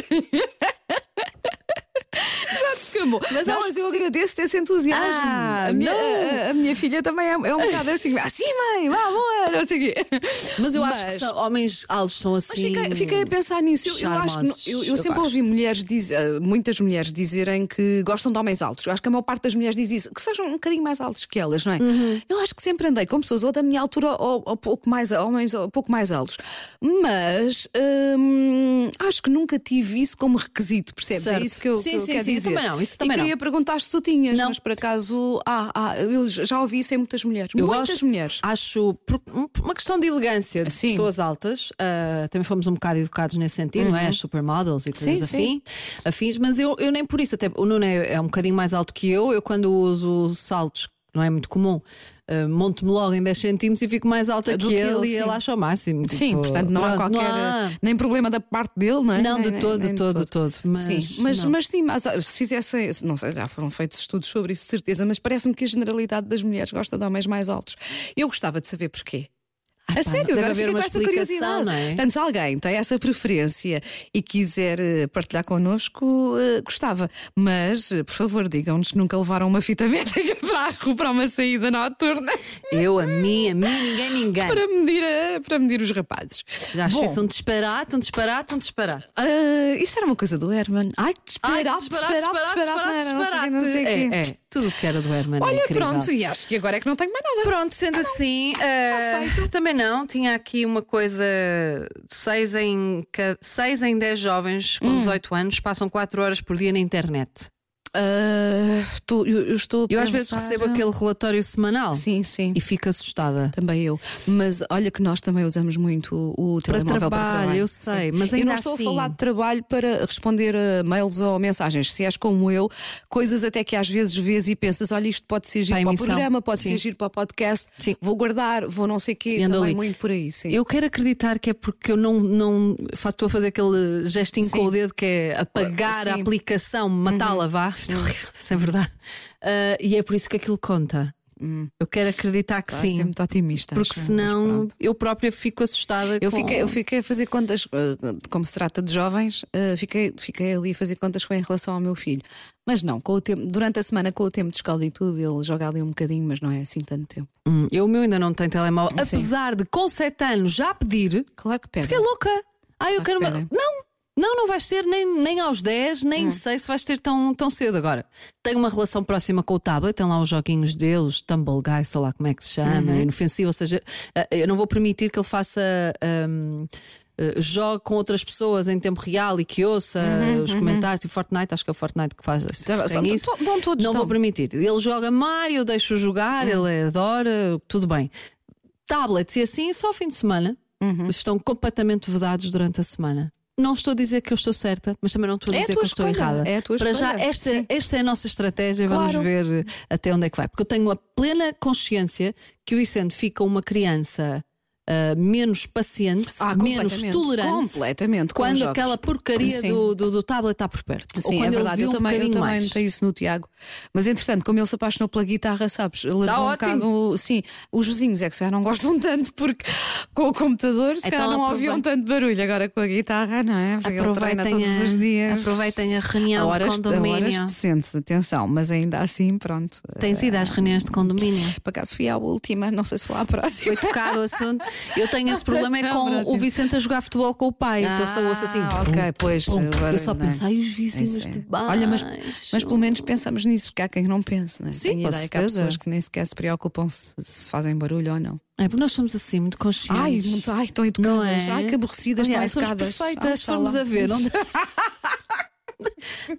Speaker 3: já meu amor.
Speaker 2: Mas
Speaker 3: Mas,
Speaker 2: acho
Speaker 3: mas
Speaker 2: que
Speaker 3: eu
Speaker 2: sim.
Speaker 3: agradeço esse entusiasmo.
Speaker 2: Ah,
Speaker 3: a, minha,
Speaker 2: não.
Speaker 3: a- a minha filha também é, é um bocado assim, assim, mãe, vá, amor, não sei o quê.
Speaker 2: Mas eu acho que
Speaker 3: Mas-
Speaker 2: são- homens altos são
Speaker 3: Mas
Speaker 2: assim.
Speaker 3: Fiquei, fiquei a pensar nisso. Eu, eu acho que não-
Speaker 2: Charmosos.
Speaker 3: eu, eu
Speaker 2: Eu
Speaker 3: sempre
Speaker 2: gosto.
Speaker 3: ouvi mulheres diz, eh, muitas mulheres dizerem que gostam de homens altos. Eu acho que a maior parte das mulheres diz isso, que sejam um bocadinho mais altos que elas, não é?
Speaker 2: Uhum.
Speaker 3: Eu acho que sempre andei com pessoas ou da minha altura ou, ou pouco mais homens ou pouco mais altos. Mas hum, acho que nunca tive isso como requisito, percebes?
Speaker 2: Certo.
Speaker 3: É isso que eu,
Speaker 2: Sim,
Speaker 3: que eu
Speaker 2: sim,
Speaker 3: quero
Speaker 2: sim, eu
Speaker 3: dizer.
Speaker 2: também não, isso
Speaker 3: E
Speaker 2: também não.
Speaker 3: queria perguntar se tu tinhas,
Speaker 2: Não.
Speaker 3: mas por acaso ah, ah, eu já ouvi isso em muitas mulheres.
Speaker 2: Eu
Speaker 3: muitas
Speaker 2: gosto,
Speaker 3: mulheres.
Speaker 2: Acho, por um, por uma questão de elegância de
Speaker 3: Sim.
Speaker 2: pessoas altas, ah, também fomos um bocado educados nesse sentido, não é? As supermodels e coisas
Speaker 3: Uhum. Sim,
Speaker 2: afim, afins, mas eu, eu nem por isso, até o Nuno é, é um bocadinho mais alto que eu, eu quando uso saltos, que não é muito comum, ah, monto-me logo em 10 centímetros e fico mais alta
Speaker 3: Do
Speaker 2: que,
Speaker 3: que
Speaker 2: ele,
Speaker 3: ele,
Speaker 2: e ele
Speaker 3: sim.
Speaker 2: acha o máximo.
Speaker 3: Sim,
Speaker 2: tipo,
Speaker 3: portanto não há
Speaker 2: pronto,
Speaker 3: qualquer
Speaker 2: há.
Speaker 3: nem problema da parte dele, não é?
Speaker 2: Não, de
Speaker 3: Nem-
Speaker 2: todo,
Speaker 3: nem
Speaker 2: de todo, de todo. Mas,
Speaker 3: sim, mas,
Speaker 2: não.
Speaker 3: mas sim, mas, ah, se fizessem, se- não sei, já foram feitos estudos sobre isso, de certeza, mas parece-me que a generalidade das mulheres gosta de homens mais altos. Eu gostava de saber porquê. A sério,
Speaker 2: deve
Speaker 3: agora
Speaker 2: haver
Speaker 3: fiquei
Speaker 2: uma
Speaker 3: com essa
Speaker 2: explicação,
Speaker 3: curiosidade.
Speaker 2: não é?
Speaker 3: Portanto, se alguém tem essa preferência e quiser eh, partilhar connosco, eh, gostava. Mas, eh, por favor, digam-nos que nunca levaram uma fita métrica para a rua, para uma saída noturna,
Speaker 2: Eu, a mim, a mim, ninguém me engana.
Speaker 3: para medir, a- para medir os rapazes.
Speaker 2: Já Acho
Speaker 3: Bom,
Speaker 2: isso um disparate, um disparate, um disparate.
Speaker 3: Ah, isso era uma coisa do Herman. Ai, que disparate,
Speaker 2: Ai, que disparate, disparate, disparate,
Speaker 3: não era, não sei o quê, não sei o quê.
Speaker 2: É, é. Tudo que era do Herman. é
Speaker 3: Olha,
Speaker 2: incrível.
Speaker 3: pronto, e acho que agora é que não tenho mais nada.
Speaker 2: Pronto, sendo assim, eh, também não. Tinha aqui uma coisa: 6 em 10 em dez jovens com 18 anos passam 4 horas por dia na internet.
Speaker 3: Ah, estou- eu, eu estou. a
Speaker 2: Eu às vezes
Speaker 3: pensar-
Speaker 2: recebo aquele relatório semanal
Speaker 3: Sim, sim.
Speaker 2: e fico assustada.
Speaker 3: Também eu. Mas olha que nós também usamos muito o telemóvel
Speaker 2: trabalho,
Speaker 3: para trabalho.
Speaker 2: eu sei, mas
Speaker 3: eu
Speaker 2: ainda
Speaker 3: não estou
Speaker 2: assim-
Speaker 3: a falar de trabalho para responder a mails ou mensagens. Se és como eu, coisas até que às vezes vês e pensas, olha, isto pode ser giro
Speaker 2: Para a
Speaker 3: para, o
Speaker 2: emissão.
Speaker 3: programa, pode
Speaker 2: Sim.
Speaker 3: ser giro para o podcast,
Speaker 2: Sim.
Speaker 3: vou guardar, vou não sei o quê,
Speaker 2: E ando
Speaker 3: também
Speaker 2: ali.
Speaker 3: muito por aí. Sim.
Speaker 2: Eu quero acreditar que é porque eu não, não fa- estou a fazer aquele gestinho com o dedo que é apagar a
Speaker 3: Sim. Uhum.
Speaker 2: aplicação, matá-la, vá. Isto é horrível, isso é verdade. Ah, e é por isso que aquilo conta.
Speaker 3: Hum.
Speaker 2: Eu quero acreditar que
Speaker 3: Pá,
Speaker 2: sim.
Speaker 3: Ser muito otimista.
Speaker 2: Porque
Speaker 3: acho eu, mas
Speaker 2: senão
Speaker 3: pronto.
Speaker 2: eu própria fico assustada.
Speaker 3: Eu
Speaker 2: com-
Speaker 3: fiquei, eu fiquei a fazer contas, eh, como se trata de jovens, eh, fiquei, fiquei ali a fazer contas foi em relação ao meu filho. Mas não, com o tempo, durante a semana, com o tempo de escola e tudo, ele joga ali um bocadinho, mas não é assim tanto tempo.
Speaker 2: Hum, eu o meu ainda não tem telemóvel.
Speaker 3: Sim.
Speaker 2: Apesar de com 7 anos já pedir,
Speaker 3: Claro que
Speaker 2: fiquei
Speaker 3: pega.
Speaker 2: louca. Ah, eu
Speaker 3: Ah,
Speaker 2: quero. uma-
Speaker 3: pera.
Speaker 2: Não! Não, não vais ter nem, nem aos 10, nem
Speaker 3: Ah.
Speaker 2: sei se vais ter tão, tão cedo agora. Tenho uma relação próxima com o tablet, tem lá os joguinhos deles, Tumble Guy, sei lá como é que se chama,
Speaker 3: Uhum.
Speaker 2: inofensivo, ou seja, eh, eu não vou permitir que ele faça. hum, eh, jogue com outras pessoas em tempo real e que ouça
Speaker 3: Uhum,
Speaker 2: os comentários, tipo Fortnite, acho que é o Fortnite que faz isso.
Speaker 3: Tá, só-
Speaker 2: tem isso.
Speaker 3: to- dão todos,
Speaker 2: não vou
Speaker 3: dão. Uhum.
Speaker 2: permitir. Ele joga Mario, eu deixo jogar, ele adora, tudo bem. Tablets e assim, só ao fim de semana.
Speaker 3: Uhum.
Speaker 2: Estão completamente vedados durante a semana. Não estou a dizer que eu estou certa, mas também não estou a
Speaker 3: É a
Speaker 2: dizer
Speaker 3: tua
Speaker 2: que eu estou
Speaker 3: escolha,
Speaker 2: errada.
Speaker 3: é a tua
Speaker 2: Para já,
Speaker 3: escolha,
Speaker 2: esta,
Speaker 3: sim.
Speaker 2: esta é a nossa estratégia, vamos
Speaker 3: Claro.
Speaker 2: ver até onde é que vai. Porque eu tenho a plena consciência que o Vicente fica uma criança ah, menos paciente,
Speaker 3: Ah,
Speaker 2: menos
Speaker 3: completamente,
Speaker 2: tolerante.
Speaker 3: Completamente. com os
Speaker 2: Quando
Speaker 3: jogos.
Speaker 2: aquela porcaria
Speaker 3: Sim.
Speaker 2: do, do, do tablet está por perto. Ou
Speaker 3: Sim,
Speaker 2: quando
Speaker 3: é
Speaker 2: ele
Speaker 3: verdade,
Speaker 2: viu
Speaker 3: eu
Speaker 2: um
Speaker 3: também, eu
Speaker 2: bocadinho
Speaker 3: também
Speaker 2: mais.
Speaker 3: notei isso no Tiago. Mas entretanto, como ele se apaixonou pela guitarra, sabes, largou um
Speaker 2: Tá ótimo.
Speaker 3: bocado. Sim, os vizinhos é que se calhar não gostam tanto porque com o computador se
Speaker 2: Então
Speaker 3: calhar não ouviam
Speaker 2: aproveita-
Speaker 3: tanto barulho. Agora com a guitarra, não é? Porque ele treina
Speaker 2: Aproveitem
Speaker 3: todos
Speaker 2: a-
Speaker 3: os dias.
Speaker 2: aproveitem a reunião
Speaker 3: a
Speaker 2: de
Speaker 3: horas,
Speaker 2: condomínio.
Speaker 3: A horas decentes, atenção, mas ainda assim, pronto.
Speaker 2: Tens ido às reuniões de condomínio?
Speaker 3: Por acaso fui à última, não sei se foi à próxima.
Speaker 2: Foi tocado o assunto. Eu tenho esse problema é
Speaker 3: Não,
Speaker 2: com
Speaker 3: Brasil.
Speaker 2: o Vicente a jogar futebol com o pai. então eu só ouço assim.
Speaker 3: Ah, ok, pois.
Speaker 2: pum, pum.
Speaker 3: agora
Speaker 2: eu só
Speaker 3: não é.
Speaker 2: penso, ai, os vizinhos
Speaker 3: Isso é.
Speaker 2: de baixo.
Speaker 3: Olha, mas, mas pelo menos pensamos nisso, porque há quem não pense, não é?
Speaker 2: Sim,
Speaker 3: Tenho
Speaker 2: com
Speaker 3: ideia que há
Speaker 2: certeza.
Speaker 3: pessoas que nem sequer se preocupam se, se fazem barulho ou não.
Speaker 2: É porque nós somos assim, muito
Speaker 3: Ai,
Speaker 2: conscientes.
Speaker 3: muito- ai, estão
Speaker 2: Não é?
Speaker 3: educadas. Ai, que aborrecidas, estão
Speaker 2: Aliás, somos
Speaker 3: educadas. Ai,
Speaker 2: perfeitas,
Speaker 3: está
Speaker 2: fomos
Speaker 3: lá.
Speaker 2: a ver. não-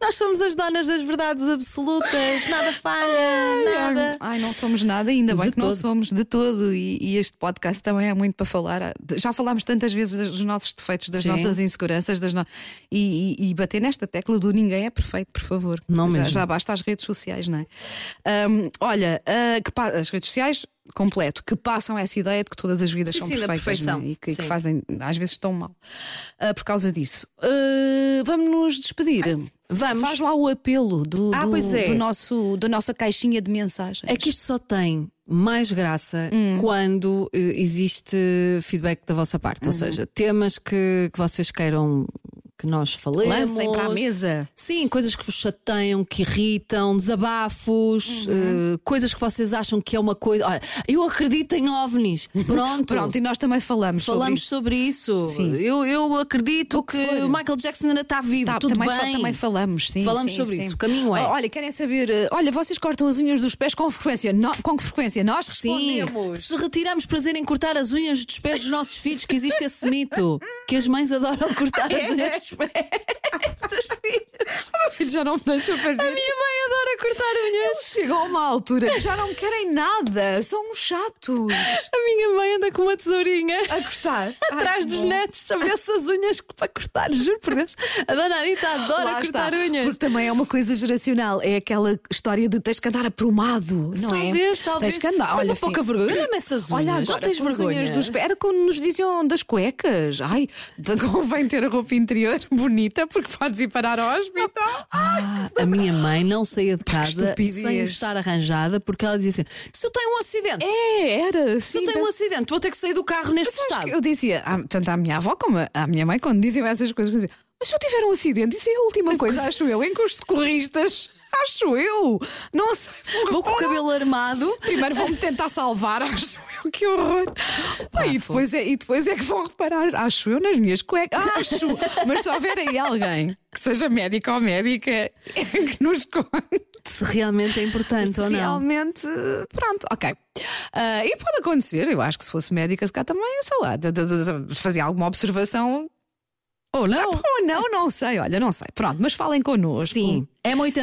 Speaker 2: Nós somos as donas das verdades absolutas, nada falha, nada.
Speaker 3: Ai, não somos nada, ainda bem
Speaker 2: De
Speaker 3: que não
Speaker 2: todo.
Speaker 3: somos de todo. E, e este podcast também é muito para falar. Já falámos tantas vezes dos nossos defeitos, das
Speaker 2: Sim.
Speaker 3: nossas inseguranças, das no- e, e- e bater nesta tecla do ninguém é perfeito, por favor.
Speaker 2: Não
Speaker 3: já,
Speaker 2: mesmo.
Speaker 3: já basta as redes sociais, não é? Hum, olha, ah, que pa- as redes sociais, completo, que passam essa ideia de que todas as vidas
Speaker 2: Sim,
Speaker 3: são
Speaker 2: sim, da
Speaker 3: perfeitas não é?
Speaker 2: perfeição.
Speaker 3: e que, que
Speaker 2: Sim.
Speaker 3: fazem, às vezes, tão mal ah, por causa disso. Ah, vamos nos despedir.
Speaker 2: Ah, vamos.
Speaker 3: Faz lá o apelo do,
Speaker 2: Ah,
Speaker 3: do-
Speaker 2: pois é.
Speaker 3: do nosso, da nossa caixinha de mensagens.
Speaker 2: É que isto só tem mais graça
Speaker 3: Hum.
Speaker 2: quando eh,
Speaker 3: Uhum.
Speaker 2: existe feedback da vossa parte. Ou seja, temas que, que vocês queiram que nós falemos.
Speaker 3: Lancem para a mesa.
Speaker 2: Sim, coisas que vos chateiam, que irritam, desabafos,
Speaker 3: Uhum.
Speaker 2: eh, coisas que vocês acham que é uma coisa. Olha, eu acredito em ovnis. Pronto.
Speaker 3: Pronto, e nós também falamos
Speaker 2: Falamos sobre
Speaker 3: sobre
Speaker 2: isso.
Speaker 3: Sim.
Speaker 2: Eu, eu acredito
Speaker 3: O que
Speaker 2: que,
Speaker 3: for.
Speaker 2: o Michael Jackson ainda está vivo.
Speaker 3: Tá,
Speaker 2: Tudo
Speaker 3: também,
Speaker 2: bem.
Speaker 3: fa- também falamos, sim.
Speaker 2: Falamos
Speaker 3: sim,
Speaker 2: sobre
Speaker 3: sim.
Speaker 2: isso. O caminho é.
Speaker 3: Ah, Olha, querem saber, eh, olha, vocês cortam as unhas dos pés com frequência? No- com que frequência? Nós
Speaker 2: Sim,
Speaker 3: respondemos.
Speaker 2: se retiramos prazer em cortar as unhas dos pés dos nossos filhos, que existe esse mito, que as mães adoram cortar as unhas dos pés dos filhos.
Speaker 3: O meu Ah, filho já não me deixa fazer.
Speaker 2: A minha mãe adora cortar unhas.
Speaker 3: Chegou a uma altura que já não querem nada, são uns chatos.
Speaker 2: A minha mãe anda com uma tesourinha
Speaker 3: A cortar.
Speaker 2: atrás
Speaker 3: Ai,
Speaker 2: dos
Speaker 3: bom.
Speaker 2: netos a ver se as unhas que- para cortar, juro por Deus. A dona Anitta adora
Speaker 3: Lá está.
Speaker 2: cortar unhas.
Speaker 3: Porque também é uma coisa geracional. É aquela história de tens que andar aprumado, não é?
Speaker 2: talvez, talvez.
Speaker 3: Tens que andar.
Speaker 2: Tem
Speaker 3: Olha,
Speaker 2: uma pouca
Speaker 3: filho,
Speaker 2: vergonha. Olha-me essas unhas.
Speaker 3: Olha, agora,
Speaker 2: não tens
Speaker 3: com as
Speaker 2: vergonha.
Speaker 3: unhas dos pés. Era como nos diziam das cuecas. Ai, de- convém ter a roupa interior bonita porque podes ir parar ao hospital.
Speaker 2: Ah, a minha mãe não saía de casa
Speaker 3: estupidez.
Speaker 2: sem estar arranjada porque ela dizia assim: se eu tenho um acidente,
Speaker 3: É, era.
Speaker 2: se eu
Speaker 3: Sim,
Speaker 2: tenho um
Speaker 3: mas-
Speaker 2: acidente, vou ter que sair do carro neste
Speaker 3: Sabes
Speaker 2: estado.
Speaker 3: que eu dizia, à- tanto à minha avó como à minha mãe, quando diziam essas coisas, eu dizia, mas se eu tiver um acidente, isso é a última coisa, acho eu, em que os socorristas, acho eu, não sei.
Speaker 2: Vou com o cabelo armado.
Speaker 3: Primeiro vão-me tentar salvar, acho eu, que horror. Pá, e, depois é, e depois é que vão reparar, acho eu, nas minhas cuecas. Acho! Mas se houver aí alguém que seja médica ou médica que nos conte.
Speaker 2: Se realmente é importante
Speaker 3: se
Speaker 2: ou não.
Speaker 3: realmente, pronto, ok. Ah, e pode acontecer, eu acho que se fosse médica, se cá também, sei lá, de, de- de- de fazer alguma observação.
Speaker 2: Ou não.
Speaker 3: Ou não, não sei, olha, não sei. Pronto, mas falem connosco.
Speaker 2: Sim,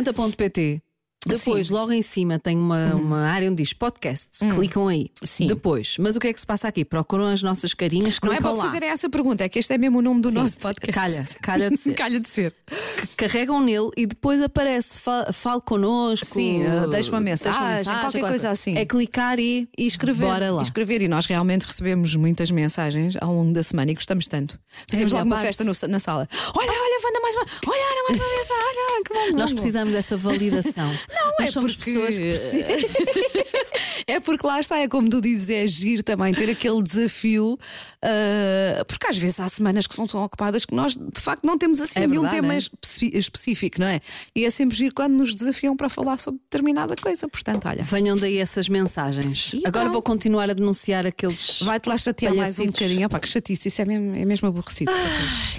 Speaker 2: m80.pt. Depois,
Speaker 3: Sim. Hum.
Speaker 2: logo em cima, tem uma, uma área onde diz podcasts. Clicam aí.
Speaker 3: Sim.
Speaker 2: Depois, mas o que é que se passa aqui? Procuram as nossas carinhas,
Speaker 3: Não é
Speaker 2: clicam lá.
Speaker 3: para fazer essa pergunta, é que este é mesmo o nome do
Speaker 2: Sim,
Speaker 3: nosso
Speaker 2: sim,
Speaker 3: podcast.
Speaker 2: calha, calha de ser.
Speaker 3: calha de ser.
Speaker 2: Carregam nele e depois aparece, fa fale connosco.
Speaker 3: Sim, eh, deixa uma mensagem,
Speaker 2: deixa uma
Speaker 3: qualquer coisa assim.
Speaker 2: É clicar e,
Speaker 3: e escrever.
Speaker 2: Bora lá.
Speaker 3: E escrever. E nós realmente recebemos muitas mensagens ao longo da semana e gostamos tanto. Fazemos
Speaker 2: a melhor
Speaker 3: logo uma
Speaker 2: parte.
Speaker 3: festa no sa- na sala. Olha, olha, Wanda, mais uma. Olha, olha, mais uma mensagem. Olha, que bom.
Speaker 2: Nós
Speaker 3: bom, bom.
Speaker 2: precisamos dessa validação. Não, Nós
Speaker 3: é
Speaker 2: somos
Speaker 3: porque-
Speaker 2: pessoas que precisam.
Speaker 3: É porque lá está, é como tu dizes, é agir também, ter aquele desafio. ah, porque às vezes há semanas que são tão ocupadas que nós, de facto, não temos assim
Speaker 2: É
Speaker 3: nenhum
Speaker 2: verdade,
Speaker 3: tema
Speaker 2: é?
Speaker 3: especi- específico, não é? E é sempre giro quando nos desafiam para falar sobre determinada coisa. Portanto, olha,
Speaker 2: Venham daí essas mensagens.
Speaker 3: E
Speaker 2: Agora
Speaker 3: pronto.
Speaker 2: vou continuar a denunciar aqueles.
Speaker 3: vai-te lá chatear mais um
Speaker 2: Palhacitos.
Speaker 3: bocadinho. Opá, que chatice, isso é mesmo, é mesmo aborrecido. por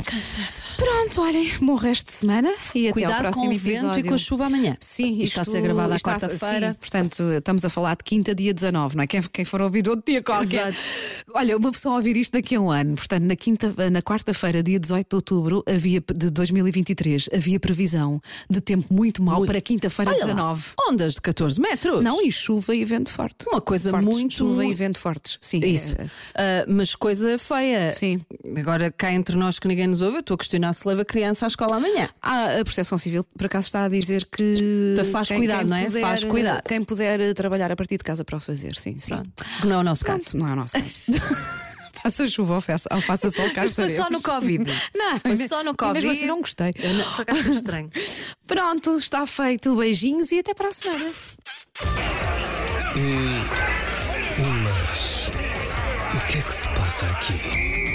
Speaker 3: acaso.
Speaker 2: Ah,
Speaker 3: Pronto, olhem, bom resto de semana e até ao
Speaker 2: Cuidado
Speaker 3: próximo
Speaker 2: com o
Speaker 3: episódio.
Speaker 2: vento e com a chuva amanhã.
Speaker 3: Sim,
Speaker 2: Isto está a
Speaker 3: isto-
Speaker 2: ser gravado à
Speaker 3: isto está-
Speaker 2: quarta-feira.
Speaker 3: sim, Portanto, estamos a falar de quinta, dia 19, não é? Quem, quem for ouvir outro dia qualquer.
Speaker 2: Exato.
Speaker 3: Olha, uma pessoa a ouvir isto daqui a um ano. Portanto, na, quinta, na quarta-feira, dia 18 de outubro havia, de 2023, havia previsão de tempo muito mau para quinta-feira,
Speaker 2: Olha lá,
Speaker 3: 19.
Speaker 2: ondas de 14 metros.
Speaker 3: Não, e chuva e vento forte.
Speaker 2: Uma coisa
Speaker 3: Fortes,
Speaker 2: muito,
Speaker 3: Chuva e
Speaker 2: muito-
Speaker 3: vento fortes. Sim.
Speaker 2: Isso.
Speaker 3: é-
Speaker 2: Ah, mas coisa feia.
Speaker 3: Sim.
Speaker 2: Agora cá entre nós que ninguém nos ouve, eu estou a questionar se leva criança à escola amanhã.
Speaker 3: Ah, a Proteção Civil, por acaso, está a dizer que.
Speaker 2: Então faz cuidado, não é? Faz cuidado.
Speaker 3: Quem puder eh, trabalhar a partir de casa para o fazer, sim, sim.
Speaker 2: Que não é o nosso
Speaker 3: Pronto,
Speaker 2: caso.
Speaker 3: não é o nosso caso. faça chuva ou faça, ou faça sol, cá
Speaker 2: Mas foi só
Speaker 3: estaremos.
Speaker 2: no Covid.
Speaker 3: Não,
Speaker 2: Foi só no Covid.
Speaker 3: Mesmo assim, não gostei.
Speaker 2: Eu não- Por acaso foi estranho.
Speaker 3: Pronto, está feito. Beijinhos e até para a semana.
Speaker 1: Mas o que é que se passa aqui?